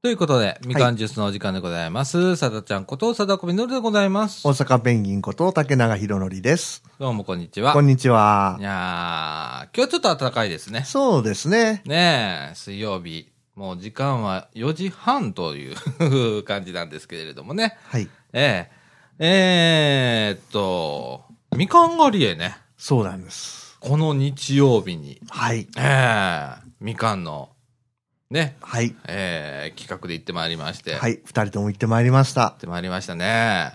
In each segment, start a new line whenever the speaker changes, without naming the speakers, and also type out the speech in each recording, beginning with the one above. ということで、みかんジュースのお時間でございます。さだちゃんこと、さだこみのるでございます
大。阪ペンギンこと竹永宏典です。
どうもこんにちは。。
こんにちはい
やー、今日ちょっと暖かいですね。
そうですね。
ねえ、水曜日。もう時間は4時半という感じなんですけれどもね。
はい。
ええ。えー、っと、みかん狩りへね、
そうなんです。
この日曜日に、
はい。
ええみかんの、ね、
はい。
ええ企画で行ってまいりまして。
はい。二人とも行ってまいりました
っ。てまいりましたね。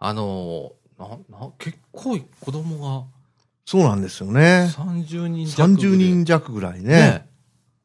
あのーなな結構子供
そうなんですよ
が
ね。
30人弱ぐらい
30人弱ぐらいね。
ね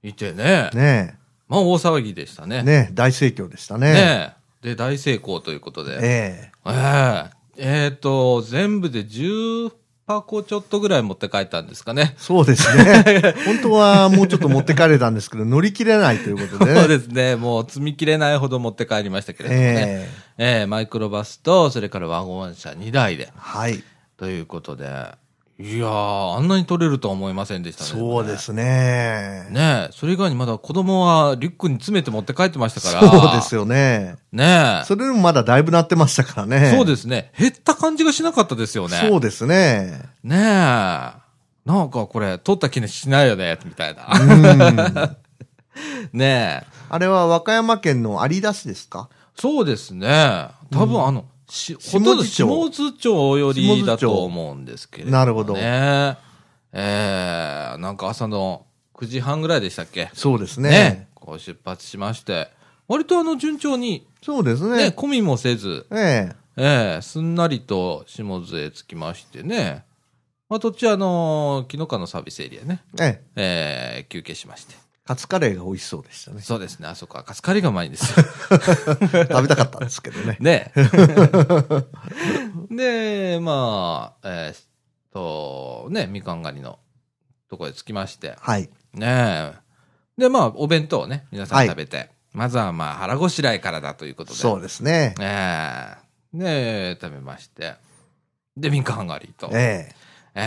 いてね
ね
まあ大騒ぎでしたね。
え。ねえ。大盛況でしたね。
ねで、大成功ということで。え
ええ。
ええーと、全部で10箱ちょっとぐらい持って帰ったんですかね。
そうで すね。本当はもうちょっと持ってかれたんですけど、乗り切れないということでね。
そうですね。もう積み切れないほど持って帰りましたけれどもね。
ええ。
ええマイクロバスと、それからワゴン車2台で。
はい。
ということで。いやー、あんなに取れるとは思いませんでしたね。
そうですね。
ねえ、それ以外にまだ子供はリュックに詰めて持って帰ってましたから。
そうですよね。
ねえ。そ
それでもまだだいぶなってましたからね。
うですね。減った感じがしなかったですよね。
そうですね。
ねえ。なんかこれ、取った気にしないよね、みたいな。
うん
ねえ。
あれは和歌山県の有田市ですか
そうですね。多分あの、しほとんど
下
下
津
津町よ
下津
り
町
だと思うんですけれど、ね。
なるほど
ねええーなんか朝の9時半ぐらいでしたっけ。
そうですね
ねえこう出発しまして、割とあの順調に、
そうです
ね、
ね。
込みもせず、
ええ
ええすんなりと下津へ着きましてね。まあ、途中あのー、木の川のサービスエリアね。
ええ
ええ休憩しまして。。
カツカレーが美味しそうでしたね
そうですね、あそこはカツカレーがうまいんです よ。
食べたかったんですけど ね。
ね。で、まあ、えー、と、ね、みかん狩りのとこへ着きまして。
はい。
ねえ。で、まあ、お弁当をね、皆さ
は
ん
い
食べて。まずはまあ、腹ごしらえからだということで。
そうですね。
ええねえ、食べまして。で、みかん狩りと。
ええ
え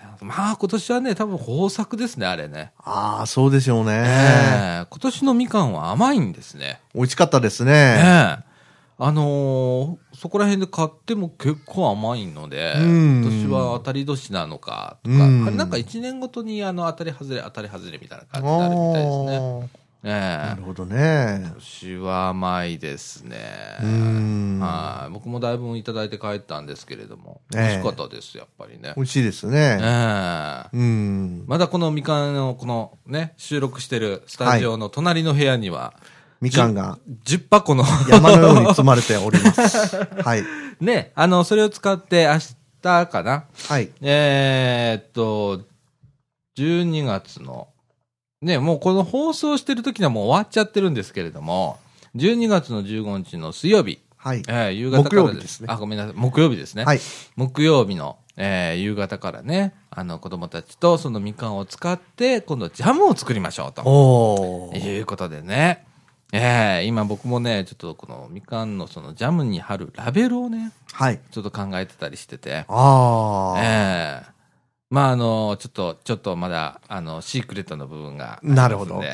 えまあ今年はね、多分豊作ですね、あれね。
ああ、そうでしょうね。
ええ今年のみかんは甘いんですね。
美味しかったです
ええ
ね。
あのーそこら辺で買っても結構甘いので、
うん
今年は当たり年なのかと
う
か、
ん
あれなんか1年ごとにあの当たり外れ、当たり外れみたいな
あ
感じになるみたいですね。
ー
え
なる
え
ほどね。
今年は甘いですね。
うん。
はい僕もだいぶいただいて帰ったんですけれども、
ええ
美味しかったです、やっぱりね。
美味しいです
え
ね。
え
うん。
まだこのみかんのこのね、収録してるスタジオの隣の部屋には、
みかんが
10箱の、
山のように積まれております。はい。
ね、あの、それを使って明日かな、
はい。
えーっと、12月の、ね、もうこの放送してる時にはもう終わっちゃってるんですけれども、12月の15日の水曜日、
はい。
えー夕方から
木曜日ですね
あ、ごめんなさい。木曜日ですね。
はい。
木曜日の、えー夕方からね、あの子供たちとそのみかんを使って、今度ジャムを作りましょうと。
おー。
いうことでね。ええ今僕もね、ちょっとこのみかんのそのジャムに貼るラベルをね、
はい。
ちょっと考えてたりしてて。
あ
え
あ。
えまああの、ちょっと、ちょっとまだ、あの、シークレットの部分がありますんで。
なるほど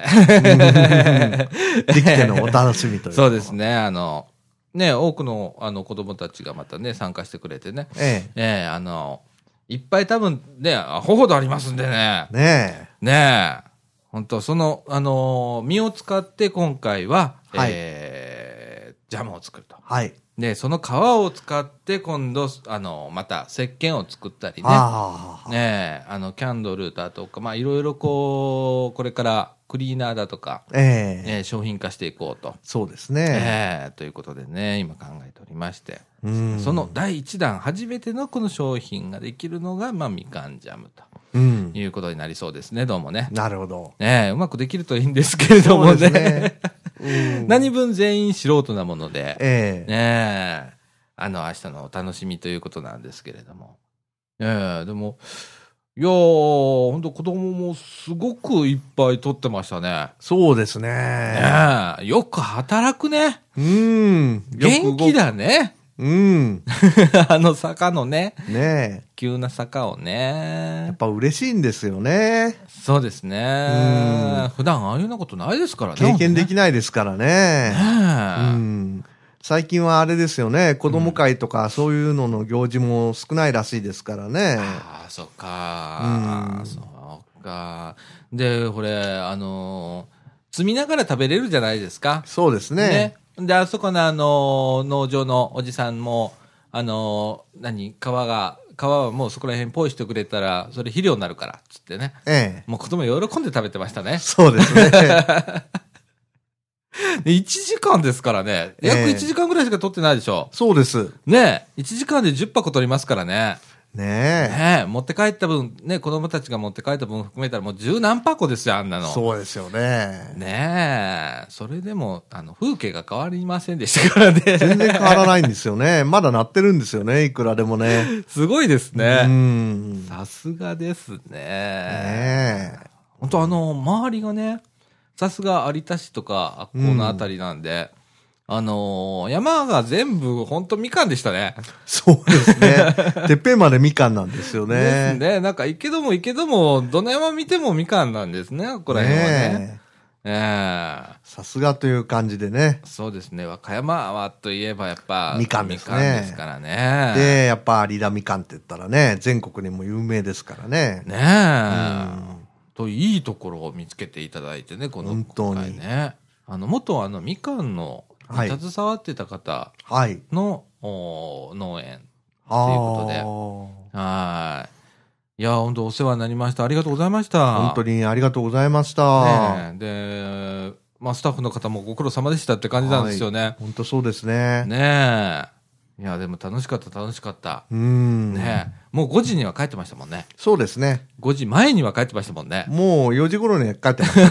できてのお楽しみという。
そうです。ね、あの、ね、多くのあの子供たちがまたね、参加してくれてね。
え
ええあの、いっぱい多分ね、アホほどありますんでね
え。。ね
ねえ。本当その、あのー実を使って今回は、
はい
えージャムを作ると
え。。はい。
で、その皮を使って今度、あのまた石鹸を作ったりね。
ああ。
ねえ、あの、キャンドルだとか、まあ、いろいろこう、これからクリーナーだとか、
ええ。
えー商品化していこうと。
そうです
え
ね。
えということでね、今考えておりまして。
うん
その、第1弾、初めてのこの商品ができるのが、まあ、みかんジャムと
うん。
いうことになりそうですね、どうもね。
なるほど。
ねえ、うまくできるといいんですけれども
そ
ね。
うですねうん
何分全員素人なもので、
ええ。
ねえ、あの、明日のお楽しみということなんですけれども。ねえ、でも、いやー、ほんと子供もすごくいっぱい取ってましたね。
そうです
ね
ね。
え、よく働くね。
うん。よく
元気だね。
うん。
あの坂のね、
ね
急な坂を
え。やっ
ね。
ぱ嬉しいんですよね。
そうです
うん
ね。普段ああいうようなことないですからね。
経験でき
ね
ないですからね。う
え。
ん。最近はあれですよね。子供会とかそういうのの行事も少ないらしいですからね。
ああ、そっか
う。ん
そうか。で、これ、あのー、積みながら食べれるじゃないですか。
そうですね。
で、あそこのあのー、農場のおじさんも、あのー、何、皮が、皮はもうそこら辺ポイしてくれたら、それ肥料になるから、つってね。
ええ。
もう子供喜んで食べてました ね。
そうですね。
で1時間ですからね。
ええ
約1時間ぐらいしか取ってないでしょ。
そうです。
ねえ、1時間で10箱取りますからね。
ね
ねえ、持って帰った分、ね、子供たちが持って帰った分含めたらもう十何箱ですよ、あんな
え。
の。
そうですよね。
ねえ、それでも、あの、風景が変わりませんでしたからね。
全然変わらないんですよね。まだなってるんですよね。いくらでもね。
すごいです
う
ね。
ん。ね
さすがですね。
え。
本当あの、周りがね、さすが有田市とか、あこのあたりなんで、あのー山が全部本当みかんでしたね。
そうですね。 てっぺんまでみかんなんですよ
です
ね。
ね。なんか、いけどもいけども、どの山見てもみかんなんですね、ここら辺はね。
ねえ
ええ
さすがという感じでね。
そうですね。和歌山はといえば、やっぱ、
みかんですね
みかんですからね。
で、やっぱ有田みかんって言ったらね、全国にも有名ですからね。
ね
う
え。
ん
と、いいところを見つけていただいてね、この
本当
今
に
回ね。あの、元あの、みかんの、
はい
携わってた方
はい。
の、おー農園。
あ
ということで
あ
はーい。いや、本当お世話になりました。ありがとうございました。
本当にありがとうございまし
ね
た。
えで、まあ、スタッフの方もご苦労様でしたって感じなんですよね。
本当そうですね。
ねえ。いや、でも楽しかった、楽しかった。
うん。
ねえ。もう5時には帰ってましたもんね。
そうですね。
5時前には帰ってましたもんね。
もう4時頃には帰ってますね。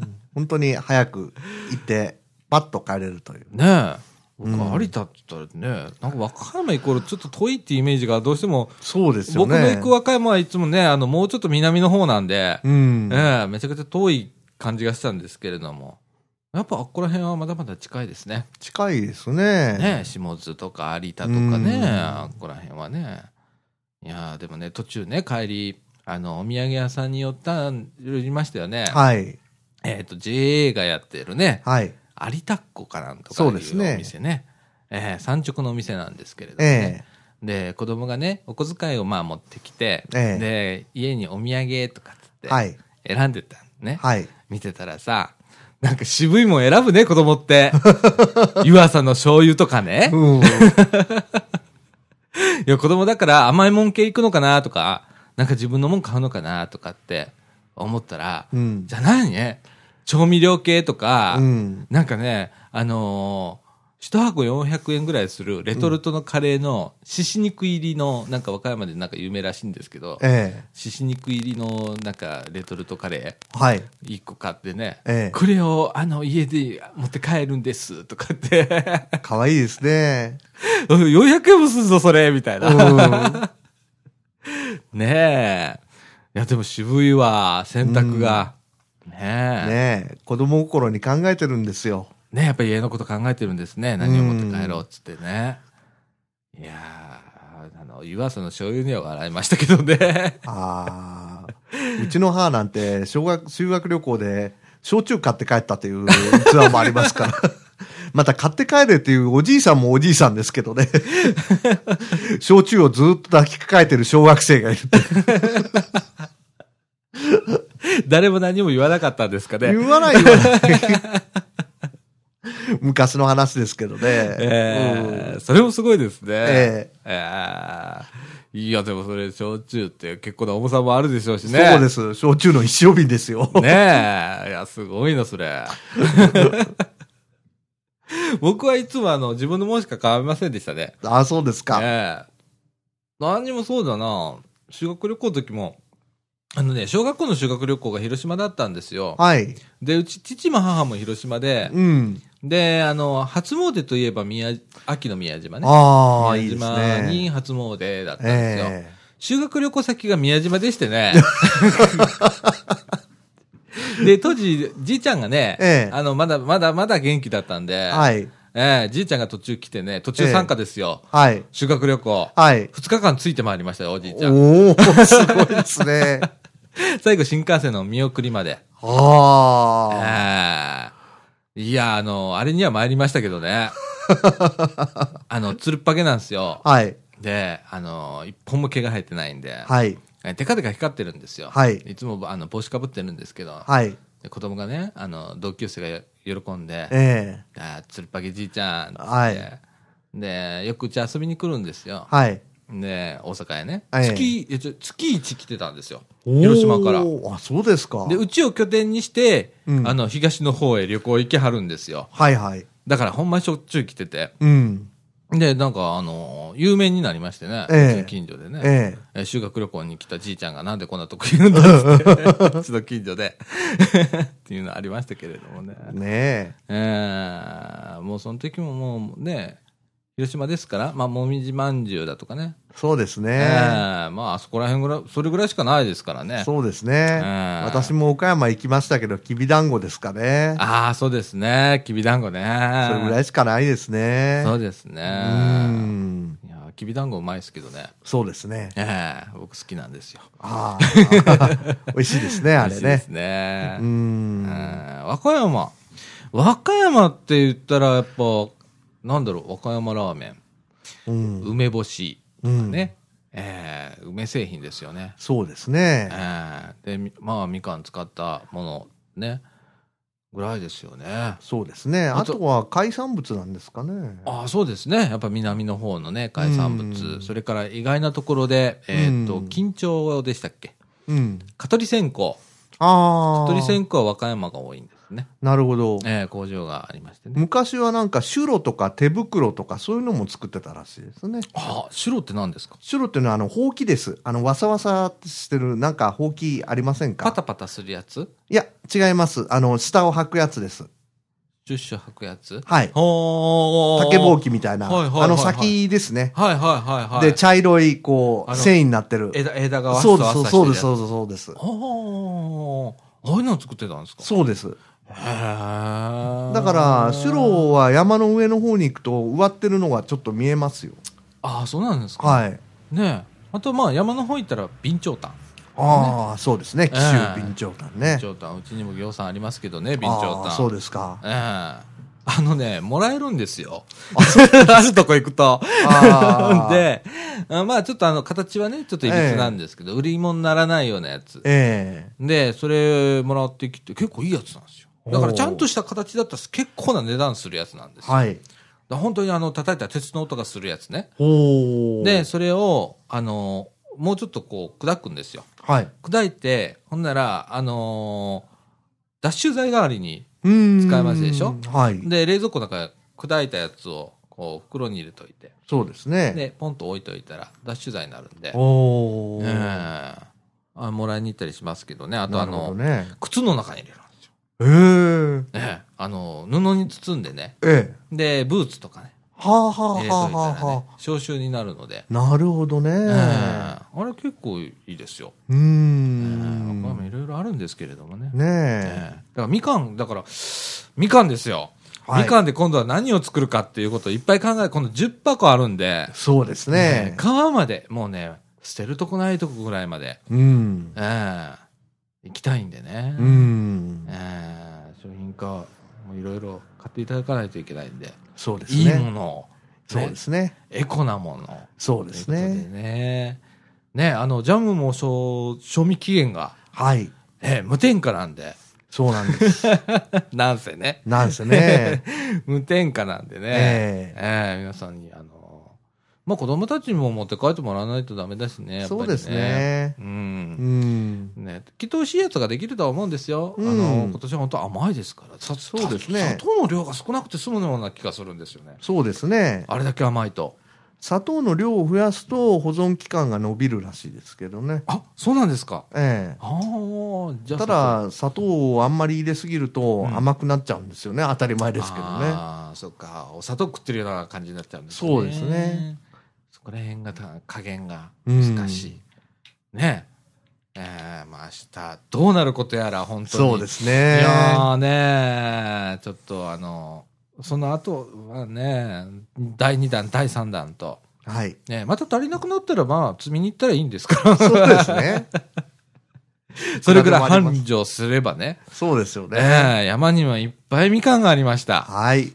うん本当に早く行って、パッと帰れるという。
ねえ。僕
うん
有田って言ったらね、なんか和歌山イコールちょっと遠いってイメージがどうしても、
そうですよ
僕
ね。
の行く和歌山はいつもね、あの、もうちょっと南の方なんで、
うん。
ええめちゃくちゃ遠い感じがしたんですけれども、やっぱここら辺はまだまだ近いですね。
近いですね。
ねえ下津とか有田とか
う
ね
ん、
ここら辺はね。いやーでもね、途中ね、帰り、あの、お土産屋さんに寄った、寄りましたよね。
はい。
えっ、と、JA がやってるね、
はい。
有田っ子かなんとかい
そうう
お
で
店
すね
ね。えー産直のお店なんですけれどもね。
え
で、子供がね、お小遣いをまあ持ってきて、
ええ
で、家にお土産とかっつって
え、はい。
選んでたのね。
はい。
見てたらさ、なんか渋いもん選ぶね、子供って。 湯浅の醤油とかね。
うん。
いや、子供だから甘いもん系行くのかなとか、なんか自分のもん買うのかなとかって思ったら、
うん
じゃないね。調味料系とか、
うん。
なんかね、あのー、1箱400円ぐらいするレトルトのカレーのしし肉入りの、なんか和歌山でなんか有名らしいんですけど、
え
しし肉入りのなんかレトルトカレ
えはい。
ー1個買ってね、
ええ
これをあの家で持って帰るんですとかって、
かわいいですね。
400円もするぞそれみたいうな。
ん。
ねえ。いや、でも渋いわ、選択が。ね え。ね
ねえ、子供心に考えてるんですよ。
えやっぱり家のこと考えてるんですね。何を持って帰ろうっつってね。いやー、あの、湯浅の醤油には笑いましたけどね。
ああ。うちの母なんて、小学、修学旅行で、焼酎買って帰ったというツアーもありますから。また買って帰れっていうおじいさんもおじいさんです けどね。焼酎をずっと抱きかかえてる小学生がいるって。
誰も何も言わなかったんですかね。
言わない言わない。昔の話ですけどね。
ええそれもすごいですね。
え
ええいや、でもそれ、焼酎って結構な重さもあるでしょうし
うん
ね。
そうです。焼酎の一生瓶ですよ。
ねえ。いや、すごいな、そ れ。僕はいつもあの、自分のものしか買いませんでしたね。
ああ、そうですか。
ええ何にもそうだな。修学旅行の時も、あのね、小学校の修学旅行が広島だったんですよ。
はい。
で、うち父も母も広島で、
うん。
で、あの、初詣といえば宮、秋の宮島ね。
ああ、い
宮
いです
島
ね。
に初詣だったんですよ。
え
修学旅行先が宮島でしてね。 で、当時、じいちゃんがね、
ええ
あの、まだ、まだ、まだ元気だったんで、
えはい。
ええじいちゃんが途中来てね、途中参加ですよ。
はい。
修学旅行。
はい。
2日間ついてまいりましたよ、おじいちゃん。
おおすごいで すね。
最後、新幹線の見送りまで。え
ああ。
えいや、あの、あれには参りましたけど ね。あの、つるっぱげなんですよ。
はい。
で、あの、一本も毛が生えてないんで、
はい。
えテカテカ光ってるんですよ。
はい
つもあの帽子かぶってるんですけど、
はい。
で子供がね、あの、同級生がよ喜んで、
ええ
あーつるっぱげじいちゃんって、
はい
で、よくうち遊びに来るんですよ。
はい。
で、大阪へね。
ええ
月、えちょ月一来てたんですよ。 広島から。
おーあ、そうですか。
で、うちを拠点にして、
うん
あの、東の方へ旅行行きはるんですよ。
はいはい。
だから、ほんましょっちゅう来てて。
うん。
で、なんか、あの、有名になりましてね。
ええ
うちの近所でね。
ええ
えー修学旅行に来たじいちゃんがなんでこんなとこいるんだっつ って、うちの近所でっていうのありましたけれどもね。
ね
えーもうその時ももうね、広島ですから、まあ、もみじまんじゅうだとかね。
え。そうです
え
ね。
ーまあ、あそこら辺ぐらい、それぐらいしかないですからね。
そうです
え
ね。
ー
私も岡山行きましたけど、きびだんごですかね。
ああ、そうですね。きびだんごね。
それぐら
い
いしかないですね。
そうです
う
ね。
ん。
いや、きびだんごうまいですけどね。
そうですね。
ええ僕好きなんですよ。
あ あ。美味しいですね、あ
美味
れ
しいで
ね
す。ね
う。
うん
ん。
和歌山。和歌山って言ったら、やっぱ、なんだろう、和歌山ラーメン。
うん。
梅干し。
うん。
ね。ええ梅製品ですよね。
そうです
え
ね。
えで、みまあ、みかん使ったもの、ね。ぐらいですよね。
そうですね。
あ
あ
と
とは海産物なんですかね。
ああそうですねやっぱ南の方のね海産物、
うん
それから意外なところで、えーっと
うん
緊張でしたっけ
うん。
蚊取り線香
ああ。
蚊取り線香は和歌山が多いんですね、
なるほど。
えー工場がありましてね
昔はなんか、シュロとか手袋とかそういうのも作ってたらしいですね。
ああ白って何ですか
シュロっていうのは、あの、ほうきです。あの、わさわさしてる、なんか、ほうきありません
パ
か
タパタするやつ
いや、違います。あの、下を履くやつです。
シュッシュ履くやつ
はい。
ほー
竹ぼうきみたいな、
はいはいはいはい
あの先ですね。
はいはいはいはい
で、茶色い、こ
あ
う、
の
繊維になってる。
枝枝がわ
そうです、そうで
う
す、そうです、そうです。
ほーああいうの作ってたんですか
そうです。
へー
だから、シュロは山の上の方に行くと、植わってるのがちょっと見えますよ。
ああそうなんですか、
はい。
ねえあとまあ山の方行ったら備長炭
ああ、そうですね。紀
ええ
州備長炭
備
ね。
長炭うちにも行さんありますけどね備長
ああ
炭
そうですか。
ええあのねもらえるんですよあるとこ行くと
あー
であまあちょっとあの形はねちょっといびつなんですけど、売り物にならないようなやつ
え
でそれもらってきて結構いいやつなんですよだから
おー
ちゃんとした形だったら結構な値段するやつなんで
え
すよ、
はい。
だから本当にあの叩いたら鉄の音がするやつね
おお。
で、それをあのもうちょっとこう砕くんですよ
はい。
砕いて、ほんなら、あのー脱臭剤代わりに、
うん。
使えますでしょ
はい。
で、冷蔵庫の中で砕いたやつを、こう、袋に入れといて、
そうですね。
で、ポンと置いといたら、脱臭剤になるんで、
おお。
ええあもらいに行ったりしますけどね。あと、
な
あ
るほど
の、
ね。
靴の中に入れるんですよ。
ええ。
ええあの、布に包んでね。
ええ。
で、ブーツとかね、
はあはあ
入れ
は
と
あ
い
は
た
あ
ら
は
ね、消臭になるので、
あ。なるほどね。
ええ
う
あれ結構いいですよ。
ー
ええ
ん。
他にもいろいろあるんですけれどもね。
ねえ。
ええだからみかん、だから、みかんですよ。
はい
みかんで今度は何を作るかっていうことをいっぱい考え、今度10箱あるんで、
そうです
え
ね
え。皮まで、もうね、捨てるとこないとこぐらいまで、
うん。
ええ行きたいんでね、
うん
え。え商品化、もいろいろ買っていただかないといけないんで、
そうです
いいも
ね。
のを、
そう
ね
ですね。
エコなものを
そうです
というこ
ね。
とでね。ね、あの、ジャムも賞賞味期限が、
はい。
ええ無添加なんで、
そうなんです。
なんせね。
なんです ね。
無添加なんでね、え
ええ
え皆さんに、あのまあ、子供たちにも持って帰ってもらわないとダメだしね、やっぱり
そうですね
う
うんん。
ね、きっと美味しいやつができるとは思うんですよ、
うん
あの今年は本当甘いですから、さ
そうですね
さ砂糖の量が少なくて済むような気がするんですよね、
そうですね。
あれだけ甘いと。
砂糖の量を増やすと保存期間が伸びるらしいですけどね。
あそうなんですか、
ええ。
あーじゃあ
ただ、砂糖をあんまり入れすぎると
うん
甘くなっちゃうんですよね。当たり前
で
ですけどね。
そっか、お砂糖食ってるような感じになっちゃうんですね、
そうですね、
そこら辺がた加減が難しい、ねえーまあ明日どうなることやら、本当に。
そうです
い
ね。
やーねちょっとあの、その後はね、第2弾、第3弾と。
はい。
ね、また足りなくなったら、まあ、積みに行ったらいいんですから。
そうです ね。
それぐらい
いくらでもあり
繁
ます
盛すればね。
そうですよね。
ねえ山にはいっぱいみかんがありました。
はい。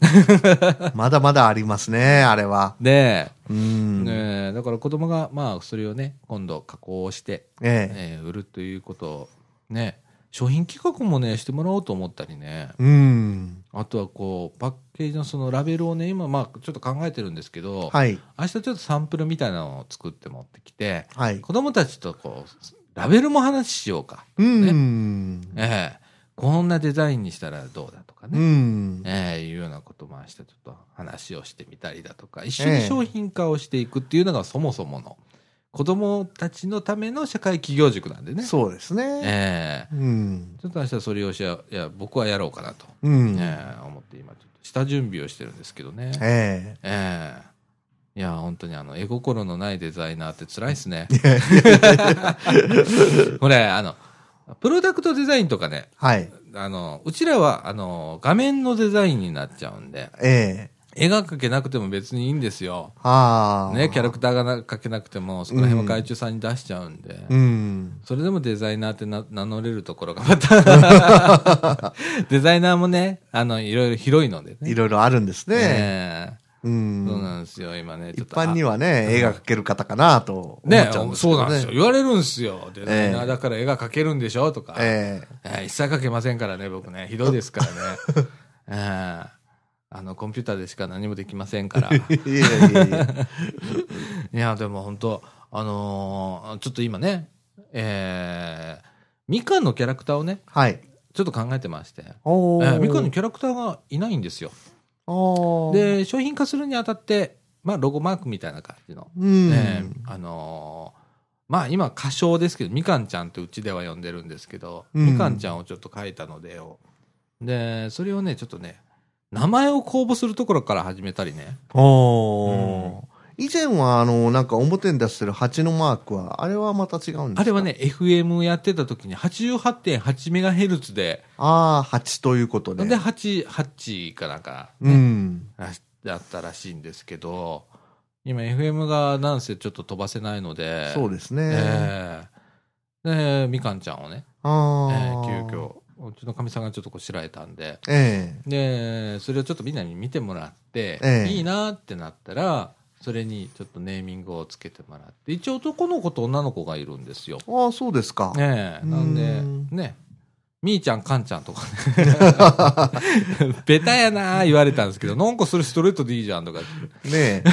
まだまだありますね、あれは。
で、
うん。
ねえだから子供が、まあ、それをね、今度加工して、
え
え
え。
え売るということを、ね、商品企画もね、してもらおうと思ったりね。
うん。
あとはこう、パッケージのそのラベルをね、今、まあ、ちょっと考えてるんですけど、
はい。
明日ちょっとサンプルみたいなのを作って持ってきて、
はい。
子供たちとこう、ラベルも話しようか。
うん。
ええこんなデザインにしたらどうだとか
う
ね。
ん。
ええいうようなことも明日ちょっと話をしてみたりだとか、一緒に商品化をしていくっていうのがそもそもの、子供たちのための社会企業塾なんでね。
そうですね。
ええ
うん。
ちょっと明日それをしや、いや、僕はやろうかなと、
うん。え
ええ思って今ちょっと下準備をしてるんですけどね。
え。
ええいや、本当にあの、絵心のないデザイナーって辛いですね。 これ、あの、プロダクトデザインとかね、
はい。
あの、うちらは、あの、画面のデザインになっちゃうんで、
ええ。
絵が描けなくても別にいいんですよ。
ああ。
ね、キャラクターがな描けなくても、そこら辺は外注さんに出しちゃうんで。
うん。
それでもデザイナーってな名乗れるところがま たデザイナーもねあのいろいろ広いのでね
いろいろあるんですね。
え
う。
えそうんなんですよ今ねちょっ
一
とあ
般にはね、絵が描ける方かなと思っ
ね
ちゃうんですけ
そう
ど
なん
ね。
ですよ。言われるんですよ。デザイナーだから絵が描けるんでしょとか、
ええ。
えー一切描けませんからね、僕ね。ひどいですからね。え ーあの、コンピューターでしか何もできません から。 い
いやいやいや。
や、でも本当あのーちょっと今ね、えー、みかんのキャラクターをね、
はい。
ちょっと考えてまして。え
お
ーみかんのキャラクターがいないんですよ。
おー、
で、商品化するにあたって、まあ、ロゴマークみたいな感じの。
うん。
えーあのーまあ今仮称ですけどみかんちゃんってうちでは呼んでるんですけど、
うん
みかんちゃんをちょっと書いたのでをでそれをねちょっとね名前を公募するところから始めたりね
おー以前は、あの、なんか表に出してる蜂のマークは、あれはまた違うんですか
あれは。ね FM やってた時に88.8メガヘルツで、
ああ、蜂ということで。
で88かなんか、
う
ね
ん。
あだったらしいんですけど今 FM がなんせちょっと飛ばせないので
そう
で
ですね。
えーでみかんちゃんをね
あ
えー
あ、
急遽うちのかみさんがちょっとこうらえたんで
ええ
でそれをちょっとみんなに見てもらって、
ええ
いいなってなったらそれにちょっとネーミングをつけてもらって一応男の子と女の子がいるんですよ。
ああ、そうですか。
ねえ
うん
なんでねみーちゃんかんちゃんと かねベタやなー言われたんですけどなんかそれストレートでいいじゃんとか
ねえ。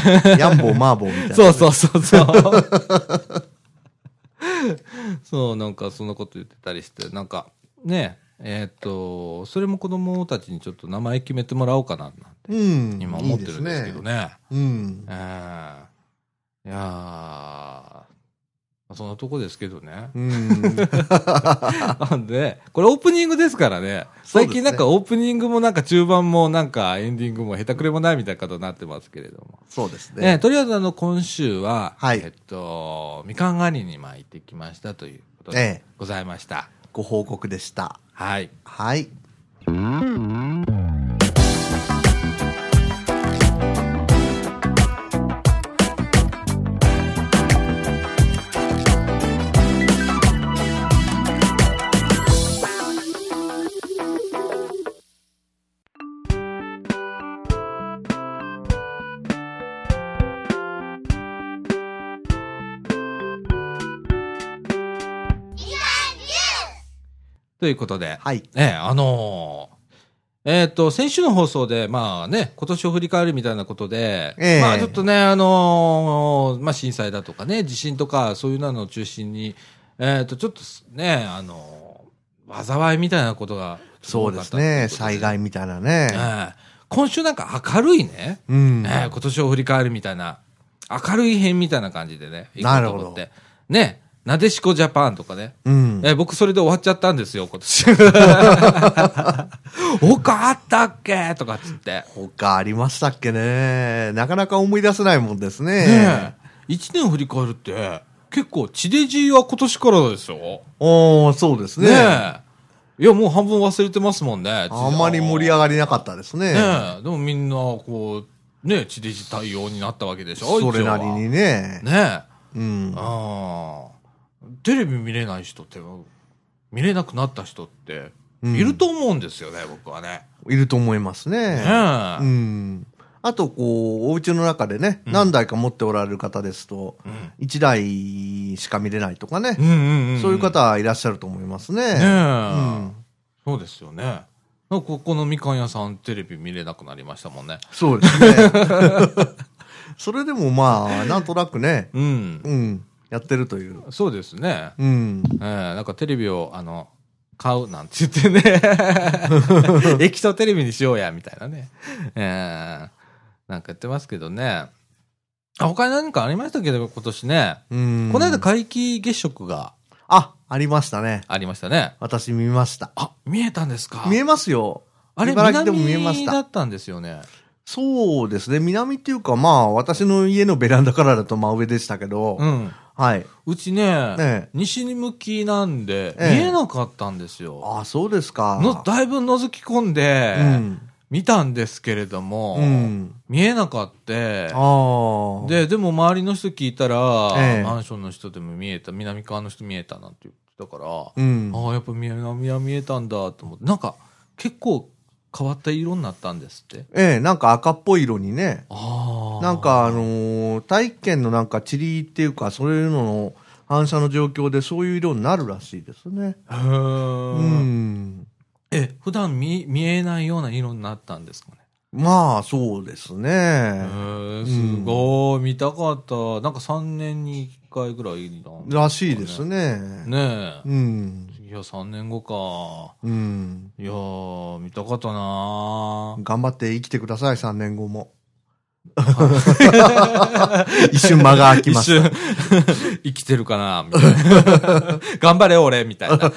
ヤンボー、マーボーみたいな。
そうそうそうそう そうなんかそんなこと言ってたりしてなんかねええーっとそれも子供たちにちょっと名前決めてもらおうかななんて
うん。
今思ってるんですけど
ね。
ね
うん
え。えいやーまあそんなとこですけどね
うん。
なんでこれオープニングですからね最近なんかオープニングもなんか中盤もなんかエンディングも下手くれもないみたいなことになってますけれども
そうです
ね
ね。
とりあえずあの今週は、
はい
えっと、みかん狩りにまあ行ってきましたということで
ええ
ございました。
ご報告でした。
はい。
はい。
ということで、
はい。
ええあのーえっ、と、先週の放送で、まあね、今年を振り返るみたいなことで、
ええ
まあちょっとね、あのーまあ震災だとかね、地震とか、そういうのを中心に、えっ、と、ちょっとね、あのー災いみたいなことが
そうですね。災害みたいなね
え。え今週なんか明るいね、
うん。
ね今年を振り返るみたいな、明るい編みたいな感じでね、行こうと思っ
な
て。ね、なでしこジャパンとかね。
うん。
え僕それで終わっちゃったんですよ、今年。 他あったっけとかっつって。
他ありましたっけね。なかなか思い出せないもんですね。
ね一年振り返るって、結構、地デジは今年からですよ。
おー、そうです
ね
ね。
えいや、もう半分忘れてますもんね。
あんまり盛り上がりなかったですね。
ねえ、でもみんな、こう、ねえ、地デジ対応になったわけでしょ
それなり。
一応は
にね。
ねえ。
うん。
ああ。テレビ見れない人って、見れなくなった人って、
うん
いると思うんですよね、僕はね。
いると思いますね。
ね
う
え。
ん。あと、こう、お家の中でね、
うん
何台か持っておられる方ですと、
うん
1台しか見れないとかね
う、んうんうん。
そういう方いらっしゃると思いますね。
ねえ、
うん。
そうですよね。なんかここのみかん屋さんテレビ見れなくなりましたもんね。
そうで すね。それでもまあ、なんとなくね、
うん。
うん、やってるという。
そうですね。
うん。
えーなんかテレビを、あの、買うなんて言 ってね。液晶テレビにしようや、みたいなね。えーなんかやってますけどね。あ、他に何かありましたけど、今年ね。
うん。
この間皆既月食が
あ、ありましたね。
ありましたね。
私見ました。
あ、見えたんですか
見えますよ。
あれ、
茨城でも見えま
南
し
だ
た。
ったんですよね。
そうですね。南っていうか、まあ、私の家のベランダからだと真上でしたけど、
うん。
はい。
うちね、
ねえ
西に向きなんで、
ええ
見えなかったんですよ。
ああ、そうですか。
のだいぶ覗き込んで、
うん。
見たんですけれども、
うん。
見えなかって、
ああ。、
で、でも周りの人聞いたら、
ええ
マンションの人でも見えた、南側の人見えたなんて言ってたから、
うん。
ああ、やっぱ南は見えたんだと思って、なんか結構変わった色になったんですって。
ええ、なんか赤っぽい色にね。
ああ。
なんかあのー大気圏のなんか塵っていうか、そういうのの反射の状況でそういう色になるらしいですね。
へ
う
ー、
ん。
え、普段見見えないような色になったんですかね。
まあ、そうです
へ
ね。
ーすごい、見たかった。なんか3年に1回ぐらいなん
らしいです
ね。
ね。
ねえ。
うん。
いや、3年後か。
うん。
いやー、見たかったなー
頑張って生きてください、3年 後も。一瞬間が空き
一
ます。
瞬、 生きてるかなみたいな。 頑張れ、俺みたいな。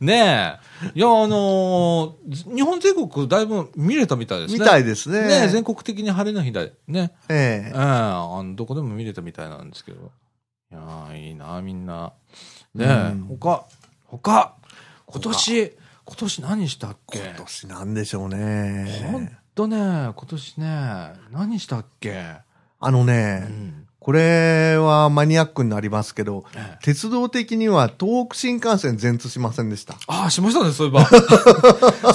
ねえ。いや、あのーず日本全国だいぶ見れたみたいですね。
みた
い
いですね。
ねえ全国的に晴れの日だよね。え
え
え
え
あのどこでも見れたみたいなんですけど。いやーいいな、みんな。ねえ、
うん
他、他、今年、今年何したっけ
今年なんでしょうね。
ほんとね、今年ね、何したっけ、
あのね、
うん
これはマニアックになりますけど、
ええ
鉄道的には東北新幹線全通しませんでした。
ああ、しましたね、そういえば。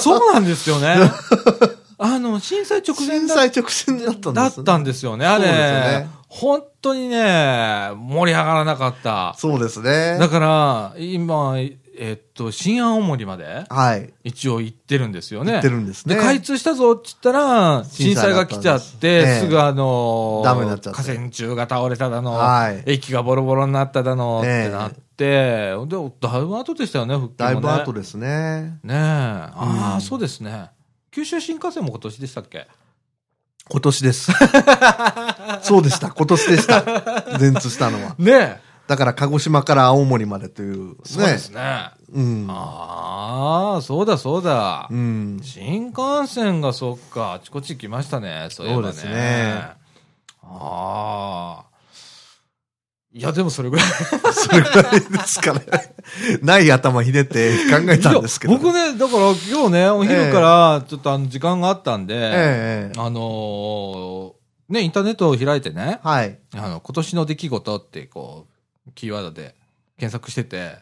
そうなんですよね。あの、震災直前
震
だ
災直前だったん
だ
で
っ
す、
たんですよね、あれ。
そうですよね
本当にね、盛り上がらなかった。
そうですね
だ。から、今、えっと、新青森まで
はい。
一応行ってるんですよね。
行ってるんですね
で、開通したぞって言ったら、震
震
災
災だ
が
った
来
んです
ちゃって、
ええ
すぐあのー
ダメになっちゃって
河川中が倒れただの、
はい
駅がボロボロになっただの、
ええ
ってなって、で、だいぶ後でしたよね、復帰もね。
だいぶ後ですね。
ねえ。ああ、
うん
そうですね。九州新幹線も今年でしたっけ
今年 です。そうでした。今年でした。全通したのは。
ねえ。
だから鹿児島から青森までという、ね。
そうですね。
うん。
ああ、そうだそうだ。
うん。
新幹線がそっか、あちこち来ましたね。そういえばね。
そうですね
ああ。いや、でもそれぐらい。
それぐらいですかね。 ない頭ひねって考えたんですけど、
いや僕ね、だから今日ね、お昼からちょっとあの時間があったんで、
ええ
あのーね、インターネットを開いてね、
はい。
あの、今年の出来事って、こう、キーワードで検索してて、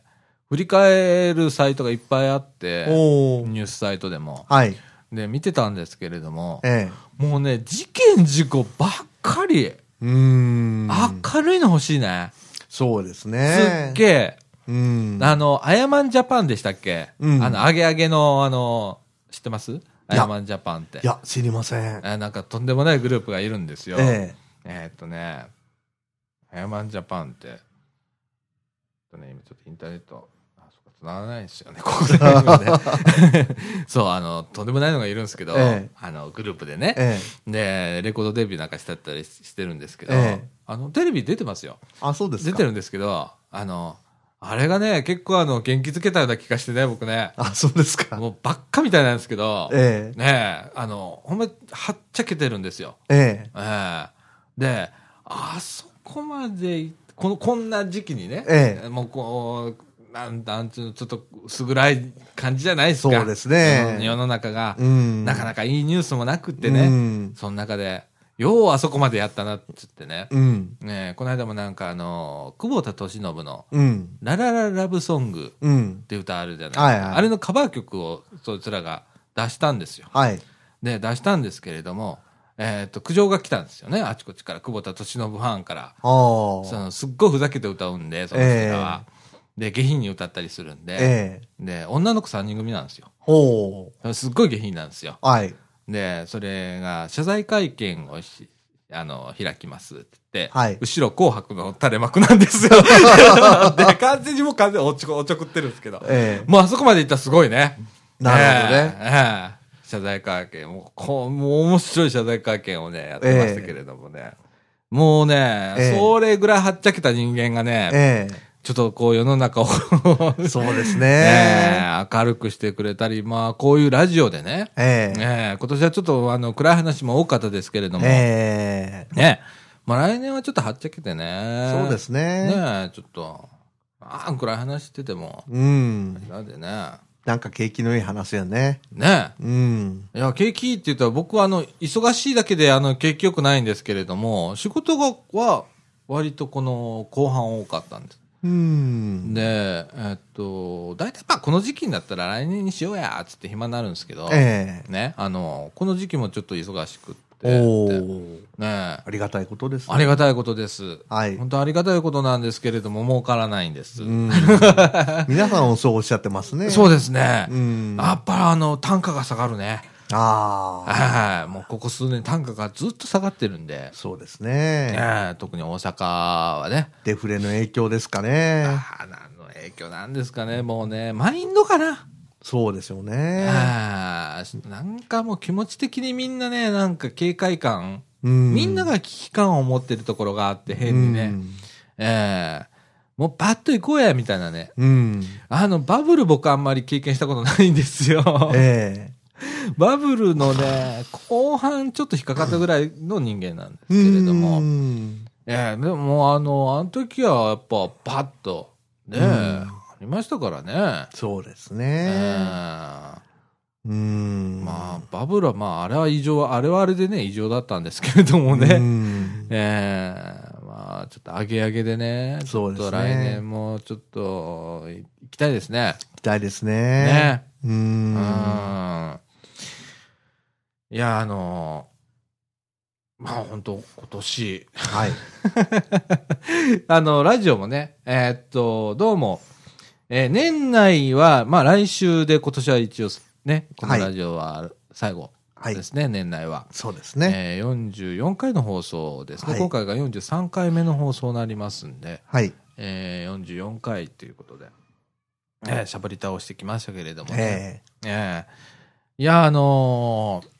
振り返るサイトがいっぱいあって、
おー
ニュースサイトでも。
はい。
で、見てたんですけれども、
ええ
もうね、事件事故ばっかり、
うーん。
明るいの欲しいね。
そうです
す
ね。
っげえ。
うん。
あの、アヤマンジャパンでしたっけ
うん
あの、アゲアゲの、あの、知ってますア
や
ヤマンジャパンって
い。や、知りません。
あなんかとんでもないグループがいるんですよ。
え
えーっとね、アヤマンジャパンって、えっとね、今ちょっとインターネット、あ、そっか、繋がらないんですよね、ここで、 ね。そう、あの、とんでもないのがいるんですけど、
ええ
あの、グループでね
え、ええ
で、レコードデビューなんかしてたりしてるんですけど、
ええ
あの、テレビ出てますよ。
あ、そうですか。
出てるんですけど、あの、あれがね、結構あの、元気づけたような気がしてね、僕ね。
あ、そうですか。
もうばっかみたいなんですけど、
ええ
ねえ、あの、ほんま、はっちゃけてるんですよ。
え
ええで、あそこまでい、この、こんな時期にね、
え
もうこう、なん、なんつうの、ちょっと薄暗い感じじゃないですか。
そうですね
うん世の中が、
うん。
なかな
か
かいいニュースもなくって
う
ね。
ん。
その中で、ようあそこまでやったなっつってね。
うん。
ねえこの間もなんかあの、久保田利伸の、
うん。
ララララブソング
うん
っ。て歌あるじゃないですか。
はいはい
あれのカバー曲をそいつらが出したんですよ。
はい。
で、出したんですけれども、えっ、と、苦情が来たんですよね。あちこちから、久保田利伸ファンから。
あ
そ
あ。
のすっごいふざけて歌うんで、その人らは。で、下品に歌ったりするんで、
ええ。
で、女の子3人組なんですよ。
ほ
すっごい下品なんですよ。
う。はい。
で、それが、謝罪会見をし、あの、開きますって言って、
はい
後ろ紅白の垂れ幕なん ですよ。で、完全にもう完全におちょこ、おちょくってるんですけど。
ええ。
もうあそこまで行ったらすごいね。
なるほどね
ええ。ええ謝罪会見、もう、こう、もう面白い謝罪会見をね、やってましたけれどもね。もうね、
ええ
それぐらいはっちゃけた人間がね、
え
ちょっとこう世の中を
え。そうですね。
ねえ、明るくしてくれたり、まあこういうラジオでね、
ええ。
ねえ今年はちょっとあの暗い話も多かったですけれども、ね
ええ。
えまあ来年はちょっとはっちゃけてね。
そうです
ね。
ね。
えちょっと、ああ、暗い話してても、
うん。
なんでね、
なんか景気のいい話やね。
ねえ
うん。
いや、景気いいって言ったら、僕はあの、忙しいだけで、あの、景気良くないんですけれども、仕事が、は、割とこの、後半多かったんです。
うん。
で、えっと、大体まあこの時期になったら来年にしようやっつって暇になるんですけど、
ええ。
ね、あの、この時期もちょっと忙しくって、
お
で
お。
ね
ありがたいことですね。
ありがたいことです。
はい
本当ありがたいことなんですけれども、儲からないんです。
うん皆さんもそうおっしゃってます ね。。
そううですね。
うん。
やっぱりあの、単価が下がるね。
ああ。
はい。もうここ数年単価がずっと下がってるんで、
そうですね。
ねえ特に大阪はね、
デフレの影響ですかね。
ああ、何の影響なんですかね、もうね、マインドかな。
そうでしょうね。
あーなんかもう気持ち的にみんなね、なんか警戒感、
うん
みんなが危機感を持ってるところがあって変にね、えーもうパッと行こうや、みたいなね。
うん。
あの、バブル僕あんまり経験したことないんですよ。
うん。え
バブルのね、後半ちょっと引っかかったぐらいの人間なんです
え。
けれども、
うん
ええでももうあの、あの時はやっぱパッと、ね、
うん
ありましたからね。
そうです
え
ね。
ー
うん。
まあ、バブルは、まあ、あれは異常、あれはあれでね、異常だったんですけれどもね。
うん
ええまあ、ちょっと上げ上げでね、ちょっ
そうですね
と来年もちょっと行きたいですね。
行きたいです
ね。
ね。う。
うんん。いや、あの、まあ、本当今年、
はい。
あの、ラジオもね、えーっと、どうも、えー年内は、まあ、来週で今年は一応、ね、このラジオは最後
はい
で。すね、年内は。
そうですね。
えー、44回の放送ですね、
はい
今回が43回目の放送になりますんで、
はい。
えー、44回ということで、えー、しゃぶり倒してきましたけれどもね、
ええ。
えーいや、あのー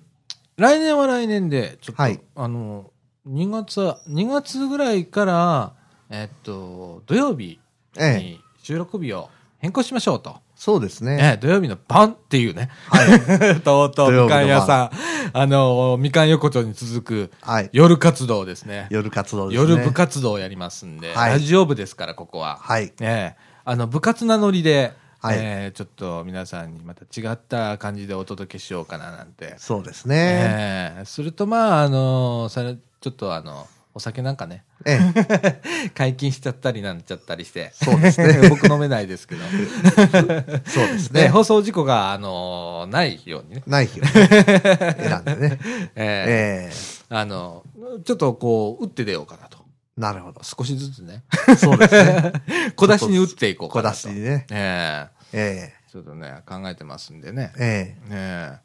来年は来年で、ちょっと、
はい
あの2月は、2月ぐらいから、えっと、土曜日
ええ。
に収録日を変更しましょうと。
そうです
え
ね。
え土曜日の晩っていうね。
は い。
とうとう
土曜
み
日の
か
晩
ん屋さん、あのー、みかん横丁に続く
はい。
夜活動ですね。
夜活動ですね。
夜部。活動をやりますんで、
はい
ラジオ部ですから、ここは。
はい。
ええあの、部活なノリで、
はい
ええちょっと皆さんにまた違った感じでお届けしようかななんて。
そうですね。
ええすると、まあ、あのーそれ、ちょっとあの、お酒なんかね、
ええ。
解禁しちゃったりなんちゃったりして。
そうですね
僕飲めないですけど。
そうです
ね、
ね。
放送事故が、あのーないようにね。
ない 日を、ね、選んでね。
ええ
ええ
あの、ちょっとこう、打って出ようかなと。
なるほど。
少しずつ ね。
そうです ね。
小出しに打っていこう
小
かな
出
と。
しにね。
ええ
え
ちょっとね、考えてますんでね
え。
ね
え
え。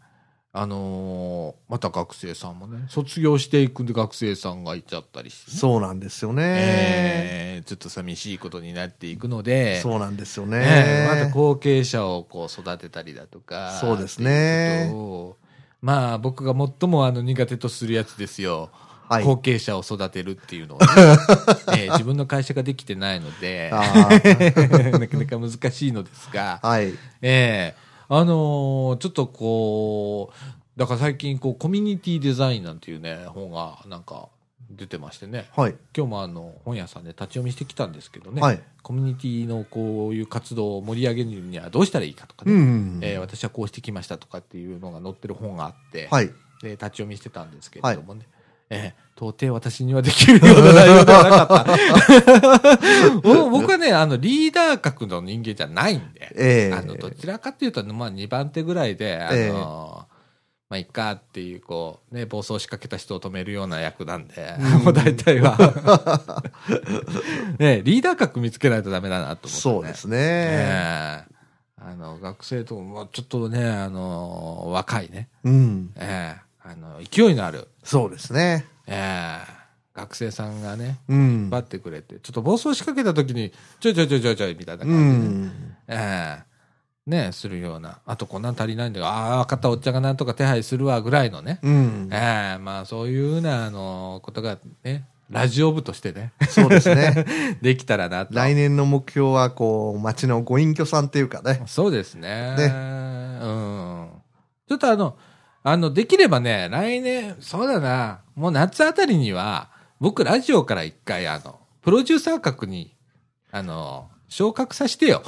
あのーまた学生さんもね、卒業していく学生さんがいちゃったりし
え
てね、
そうなんですよね。
ええちょっと寂しいことになっていくので、
そうなんですよ
ね
ね。
えまた後継者をこう育てたりだとか、
そうです
っ
ね
ていうことをまあ僕が最もあの苦手とするやつですよ。
はい。
後継者を育てるっていうの をね、ええ自分の会社ができてないので、
あー
なかなか難しいのですが、
はい。
ええあのーちょっとこう、だから最近こう、コミュニティデザインなんていうね、本が、なんか、出てましてね、
はい。
今日もあの本屋さんで立ち読みしてきたんですけどね、
はい
コミュニティのこういう活動を盛り上げるにはどうしたらいいかとか
う
ね、
んうんうん。
えー私はこうしてきましたとかっていうのが載ってる本があって、
はい。
で立ち読みしてたんですけれどもね、えー到底私にはできるような内容ではなかった 僕僕はねあのリーダー格の人間じゃないんで、
ええ
あのどちらかというと、まあ、2番手ぐらいで、あの
ええ
まあ、いっかっていうこう、ね、暴走しかけた人を止めるような役なんで、
うん
もう大体は ねリーダー格見つけないとダメだなと思って、ね、
そうです
ね
ね。
えあの学生とももうちょっとね、あの若いね、
うん。
ええあの勢いのある、
そうですね。
ええ学生さんがね、
う
引
ん
っ張。ってくれて、ちょっと暴走しかけた時に、ちょいちょいちょいちょいちょいみたいな感
う
じでね、
ん。
ええねえするような、あとこんなん足りないんだよ、ああ、分かった、おっちゃんがなんとか手配するわぐらいのね、
うん
え。えまあそういうふうな、あのことがね、ラジオ部としてね、
そうですね。
できたらなと。
来年の目標は、こう、町のご隠居さんっていう かね。
そうですね。
ね
うん。ちょっとあの、あの、できればね、来年、そうだな、もう夏あたりには、僕ラジオから一回、あの、プロデューサー格に、あの、昇格させてよ。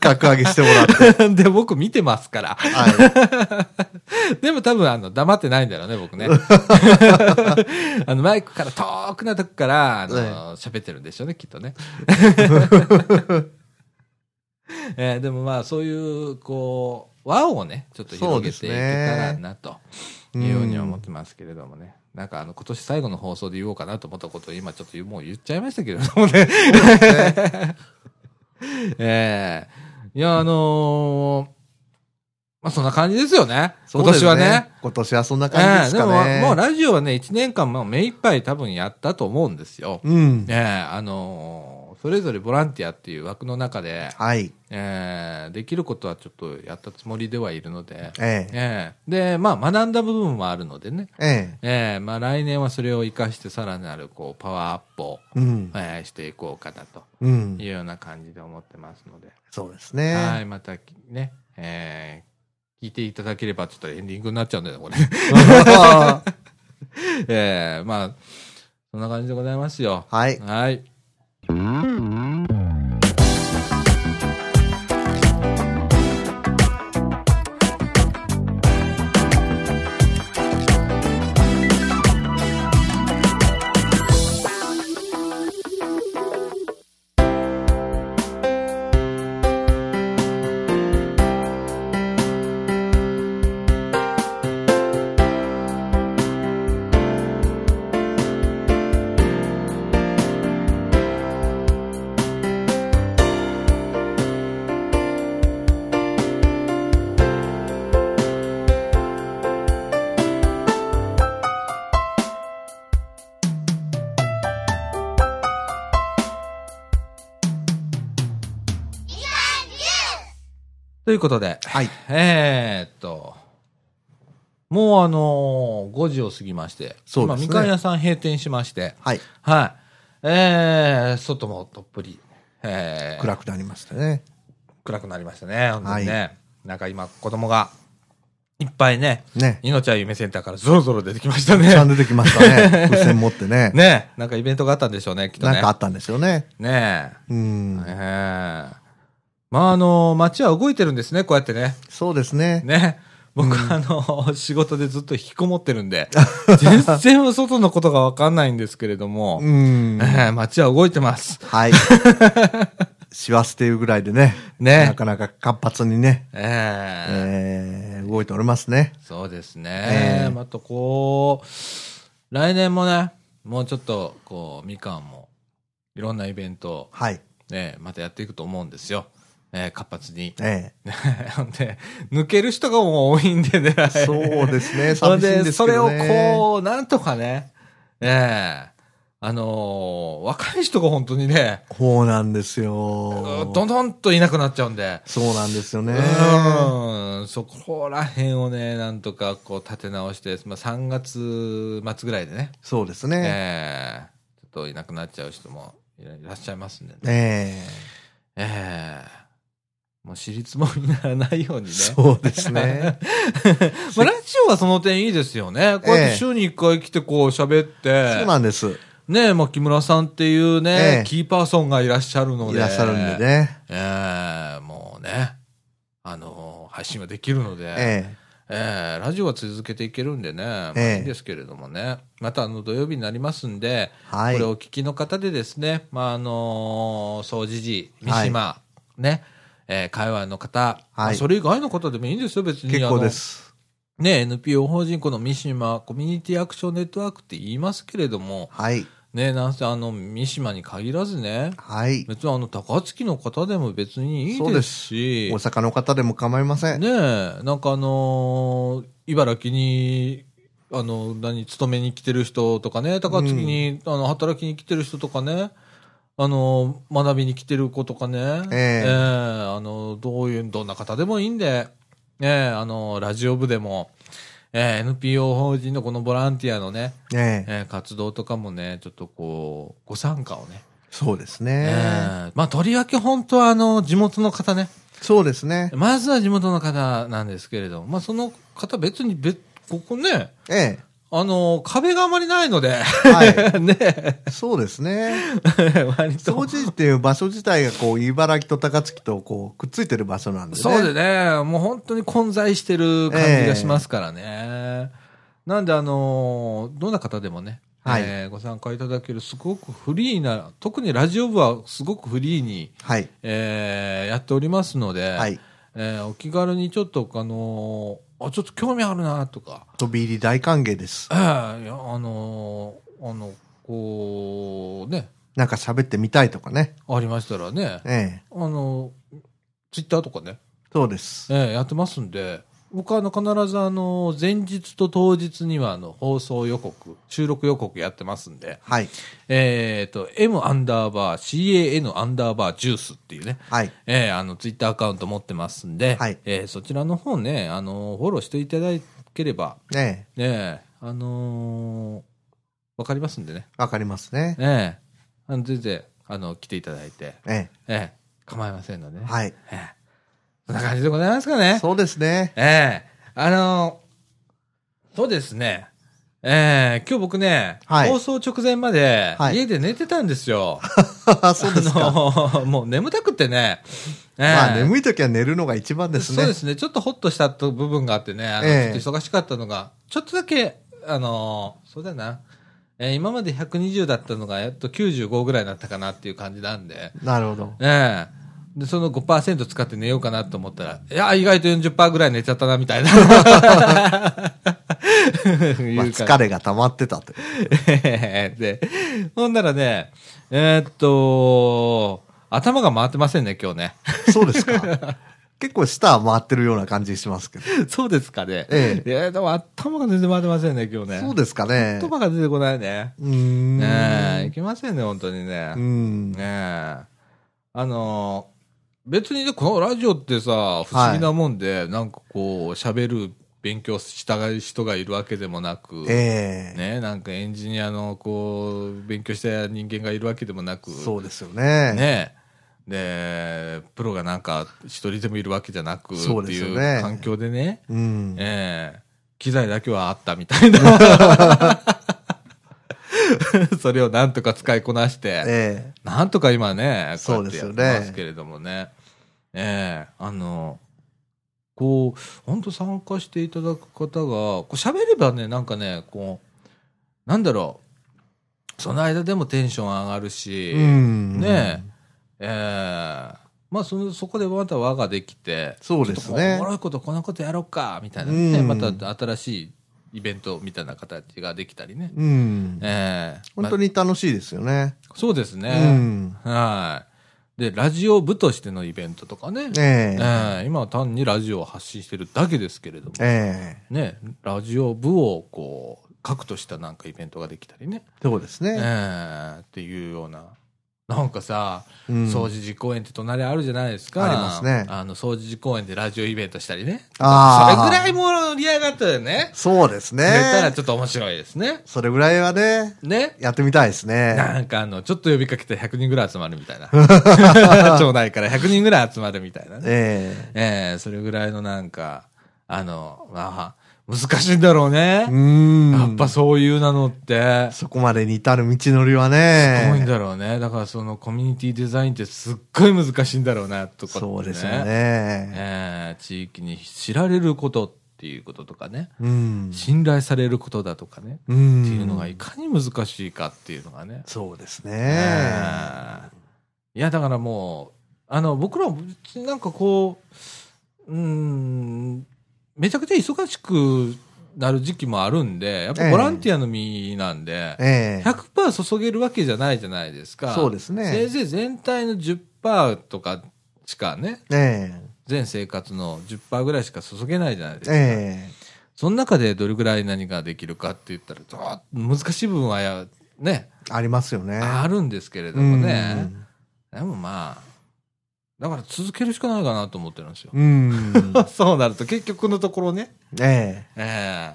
格上げしてもらって。
で、僕見てますから。
は
でも多分、あの、黙ってないんだろうね、僕ね。あの、マイクから遠くなとこから、あの、喋、ってるんでしょうね、きっとね。えーでもまあ、そういう、こう、輪をね、ちょっと広げていけたらな、と
い。
いうようには思ってますけれどもね。なんかあの、今年最後の放送で言おうかなと思ったことを今ちょっと言うもう言っちゃいましたけれどもね。 ええいや、あのーまあそんな感じですよね。
そう
今
です
年はね。。
今年はそんな感じですか
ええ
ね。
でも、もうラジオはね、1年間もう目いっぱい多分やったと思うんですよ。
うん
え。えあのーそれぞれボランティアっていう枠の中で、
はい。
ええできることはちょっとやったつもりではいるので、
ええ。
ええで、まあ学んだ部分もあるのでね、
え
ええまあ来年はそれを活かしてさらなるこうパワーアップを、
え。うん。
ええしていこうかなと
うん
い。うような感じで思ってますので。
そうです
はい、
ね。
またきね、えー聞いていただければちょっとエンディングになっちゃうんだよね、これ。 えー、まあ、そんな感じでございますよ。
はい。
はい。ということで、
はい。
えーっと、もうあのー5時を過ぎまして、
そうですね
今、みかん屋さん閉店しまして、
はい。
はい。えー、外もどっぷり、えー、
暗くなりましたね。
暗くなりましたね、本当にね。なんか今、子供が、いっぱいね、
ね。
いのちゃん夢センターからゾロゾロ出てきました
ちゃん
ね。
出てきまし たね。風船持ってね。
ねなんかイベントがあったんでしょうね、きっとね。
なんかあったんですよね。
ねえ。
うん。
ええまあ、あの、街は動いてるんですね、こうやってね。
そうですね。
ね。僕、あの、仕事でずっと引きこもってるん で、全然外のことがわかんないんですけれども、
うん。
ええ街は動いてます。
はい。師走っていうぐらいでね。
ね
なかなか活発にね、
ええ
えー動いておりますね。
そうですね。
ええ
またこう、来年もね、もうちょっと、こう、みかんも、いろんなイベントを
はい。
ね、またやっていくと思うんですよ。ええ活発に。
え
ねほんで、抜ける人がもう多いんでね。
え そうですね。
それ
寂しいんです
そ
け
れ
ど
を
ね。
こう、なんとかね、ええあのー若い人が本当にね、
う。そうなんです
ど
よ。
んどんといなくなっちゃうんで、
そうなんですよね。
うん、そこら辺をね、なんとかこう立て直して、まあ、3月末ぐらいでね、
そうですね。
ええちょっといなくなっちゃう人もいらっしゃいますんでね。
ええ
ええもう知りつもりにならないようにね。
そうで すね。
まあ、ラジオはその点いいですよね。こうやっ
え
て
え
週に1回来てこう喋って。
そうなんです。
ねえ、まあ、木村さんっていうね、
ええ
キーパーソンがいらっしゃるの
い
で。
らっしゃるんで。ね。
ええもうね、あのー配信ができるので、え
ええ。
えラジオは続けていけるんでね、まあ
ええ
いいんですけれどもね、またあの土曜日になりますんで、
はい
これをお聞きの方でですね、まあ、あのー総知事、三島、ね、えー、界隈の方、まあそれ以外の方でもいいんですよ、別に。
結
あ
構
の
です。
ね、NPO 法人この三島コミュニティアクションネットワークって言いますけれども、
はい。
ね、なんせあの、三島に限らずね、
はい。
別にあの、高槻の方でも別にいい
そう
で
ですす
し、
大阪の方でも構いません。
ねえ、なんかあのー茨城に、あの、何、勤めに来てる人とかね、高槻に、あの、働きに来てる人とかね、あの、学びに来てる子とかね、
え
えあの、どういう、どんな方でもいいんで、ねえ、あの、ラジオ部でも、ええ NPO 法人のこのボランティアのね、
え
え
え。
え活動とかもね、ちょっとこう、ご参加をね、
そうです
え
ね。
えまあ、とりわけ本当はあの、地元の方ね、
そうですね。
まずは地元の方なんですけれども、まあ、その方別に別、ここね、
え
あの、壁があまりないので、
え。は
ね、
い。そうですね。
割と。
総知事っていう場所自体がこう、茨城と高槻とこう、くっついてる場所なんでね。
そうでね、もう本当に混在してる感じがしますからね。なんで、あの、どんな方でもね、
はい
えーご参加いただける、すごくフリーな、特にラジオ部はすごくフリーに、
はい。
えーやっておりますので、
はい。
えーお気軽にちょっと、あのあ、ちょっと興味あるなとか、
飛び入り大歓迎です。
ええいや、あのーあの、こう、ね、
なんか喋ってみたいとかね。
ありましたらね、
ええ。
あのツイッターとかね、
そうです。
ええやってますんで、僕はあの必ずあの、前日と当日にはあの、放送予告、収録予告やってますんで、
はい。
えっ、と、M アンダーバー、CAN アンダーバージュースっていうね、
はい。
ええあの、ツイッターアカウント持ってますんで、
はい
ええそちらの方ね、あの、フォローしていただければ、
ええ。
ねえ、あのーわかりますんでね。
わかりますね。
ええあの全然、あの、来ていただいて、
え
ええ構いませんのでね。
え。はい。
ええそんな感じでございますかね。
そうで すね。
ええあのそうですね。ええ今日僕ね、
はい
放送直前まで、
はい
家で寝てたんですよ。
そうです か。
あのもう眠たくってね。ええ
まあ、眠い時は寝るのが一番ですね。
そうですね。ちょっとホッとした部分があってね、あの
ええ
ちょっと忙しかったのが、ちょっとだけ、あのーそうだな、えー今まで120だったのが、やっと95ぐらいになったかなっていう感じなんで、
なるほど。
ええで、その5%使って寝ようかなと思ったら、いや、意外と40%ぐらい寝ちゃったな、み たいな。いう感じ
まあ、疲れが溜まってたと。
で、ほんならね、えーっと、頭が回ってませんね、今日ね。
そうですか。 結構下は回ってるような感じしますけど。
そうですかね。
え
え。でも頭が全然回ってませんね、今日ね。
そうですかね。
言葉が出てこないね。
うーん。
ねえ、いけませんね、本当にね
う。ん
ねえ。あのー、別にね、このラジオってさ、不思議なもんで、なんかこう、喋る、勉強したい人がいるわけでもなく、
ええ
ね、なんかエンジニアの、こう、勉強した人間がいるわけでもなく、
そうですよね。
ねえ。で、プロがなんか、一人でもいるわけじゃなく、
そう
って
です
い
よね
う環境でね、
うん。
ええ機材だけはあったみたいな。 それをなんとか使いこなして、
え
なんとか今ね、こ
そうう
やって
です
やっ
よ
て
ね
ますけれどもね。ええあの、こう、本当参加していただく方が、こう喋ればね、なんかね、こう、なんだろう、その間でもテンション上がるし、
えうん。
ねえ、ええまあその、そこでまた輪ができて、
そうです
ち
ね
ょっとこうおもろいこと、こんなことやろうか、みたいなね、
うん
また新しいイベントみたいな形ができたりね。
うん。
ええ
本当
ま
に楽しいですよね。
あそうですね。
うん。
はい。で、ラジオ部としてのイベントとかね。
ええ
ええ今は単にラジオを発信してるだけですけれども、
ええ
ね、ラジオ部をこう、核としたなんかイベントができたりね。
そうですね。
ええっていうようななんかさ、
うん
掃除実公園って隣あるじゃないですか。
ありますね
あの、掃除実公園でラジオイベントしたりね。
あー
それぐらい盛り上がったよね。
そうです
えったら
ね。
ちょっと面白いですね。
それぐらいはね、
ね。
やってみたいですね。
なんかあの、ちょっと呼びかけて100人ぐらい集まるみたい な。町内から100人ぐらい集まるみたいなね。
え
ええそれぐらいのなんか、あの、まあ、難しいんだろうね
え。う。ん。
やっぱそういうなのって、す
そこまでに至る道のりは
ごいん
ね。
だろうね。だからそのコミュニティデザインってすっごい難しいんだろうな、とかって、
そうですよ。ね。
ええ地域に知られることっていうこととかね。
うん。
信頼されることだとかね。
う
っ
ん。
ていうのがいかに難しいかっていうのがね。
そうです
え
ね。
いや、だからもう、あの、僕らも別になんかこう、うーん、めちゃくちゃ忙しくなる時期もあるんで、やっぱボランティアの身なんで、
ええ
100%注げるわけじゃないじゃないですか。
そうですね
せいぜい全体の10%とかしかね、
え
全生活の10%ぐらいしか注げないじゃないです
え
か。
え
その中でどれぐらい何ができるかって言ったら、どう難しい部分はや、ね、
えありますよね。
あるんですけれどもね。
うん
でもまあ、だから続けるしかないかなと思ってるん ですよ。
うん。
そうなると結局のところね。
え
ええ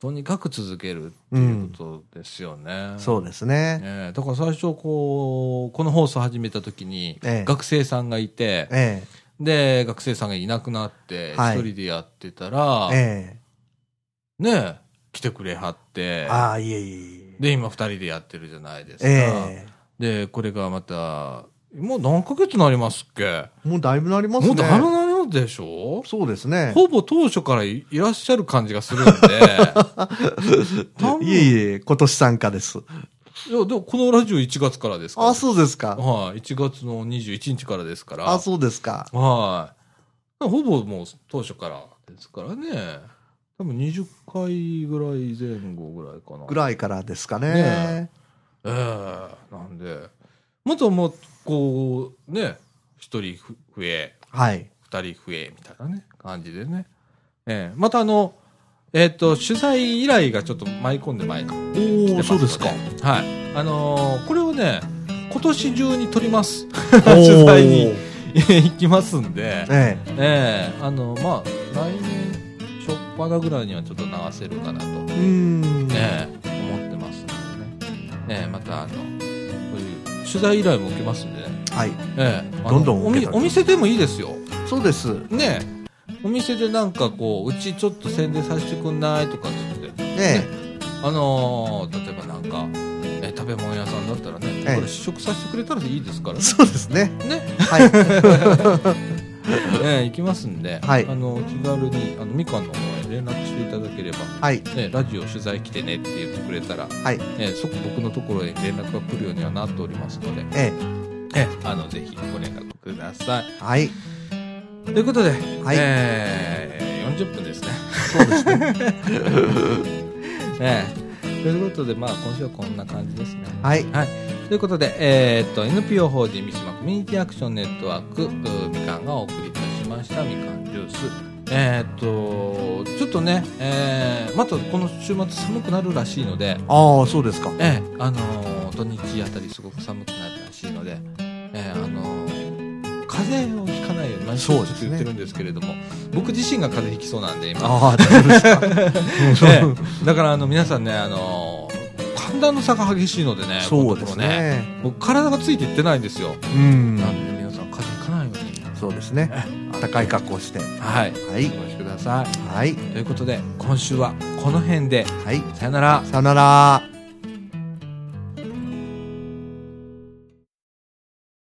とにかく続けるっていうことですよね。
えそうですね。
ええだから最初こう、この放送始めた時に
ええ、
学生さんがいて、
え
で、学生さんがいなくなって、一
はい
人でやってたら
え、え
ねえ、来てくれはって
え、ああ、いえいえいえ。
で、今二人でやってるじゃないですか。
え
で、これがまた、もう何ヶ月になりますっけ
えもうだいぶなりますね。
もうだいぶなるでしょ
そうですね。
ほぼ当初からいいらっしゃる感じがす るんで。多分
いえいえ、今年参加です。
いや、でもこのラジオ1月からですから。
あ、そうですか。
はい、1月の21日からですから。
あ、そうですか。
はい。ほぼもう当初からですからね。多分20回ぐらい前後ぐらいかな。
ぐらいからですか
ね
ね。
ええなんで、もっともっとこう、ね、一人ふ増え、
はい。
2人増えみたいなね感じでね、ええまたあのえっ、と取材依頼がちょっと舞い込んで前に
お
来て
ー
ますのはいあのーこれをね今年中に撮ります取 材に行きますんで
ええ。
ええあのまあ来年初っ端ぐらいにはちょっと流せるかなと、
うーん。
ええ思ってますんでね、ええまたあのこういう取材依頼も受けますんでね、
はい。
ええあの
どんどん
お
受け
み
たら
お店でもいいですよ
そうです。
ねえお店でなんかこううちちょっと宣伝させてくんないとかっつって
ね
あのー例えばなんか、えー食べ物屋さんだったらね、
ええ
これ試食させてくれたらいいですからね
そうですね。
ね、
はい。
ええ行きますんで、
はい
あの気軽にあのみかんの方へ連絡していただければ、
はい。
ね、ラジオ取材来てねって言ってくれたら、
はい。
ええ即僕のところへ連絡が来るようにはなっておりますので、
え
ええあのぜひご連絡ください。
え。はい。
ということで、
はい
えー40分ですね。 そうですね。えーということで、まあ、今週はこんな感じですね。
はい。
ということで、えーっと、NPO 法人三島コミュニティアクションネットワーク、うーみかんがお送りいたしました、みかんジュース。えーっと、ちょっとね、えーまたこの週末寒くなるらしいので、
ああ、そうですか。
ええあのー土日あたりすごく寒くなるらしいので、ええあのー風邪をひかないように毎週ちょ
そう
っ
で
と
すね
言ってるんですけれども、僕自身が風邪ひきそうなんで今、
ああ、大丈夫ですか。
ええだからあの皆さんね、あのー寒暖の差が激しいのでね
そうです
このところね
ね。
僕体がついていってないんですよ、
うん。
なので皆さん風邪ひかないよう
そうですね。暖かい格好をして。
にはい、
はい
お過ごしください
はい。
ということで今週はこの辺で
はい。
さよなら
さよなら。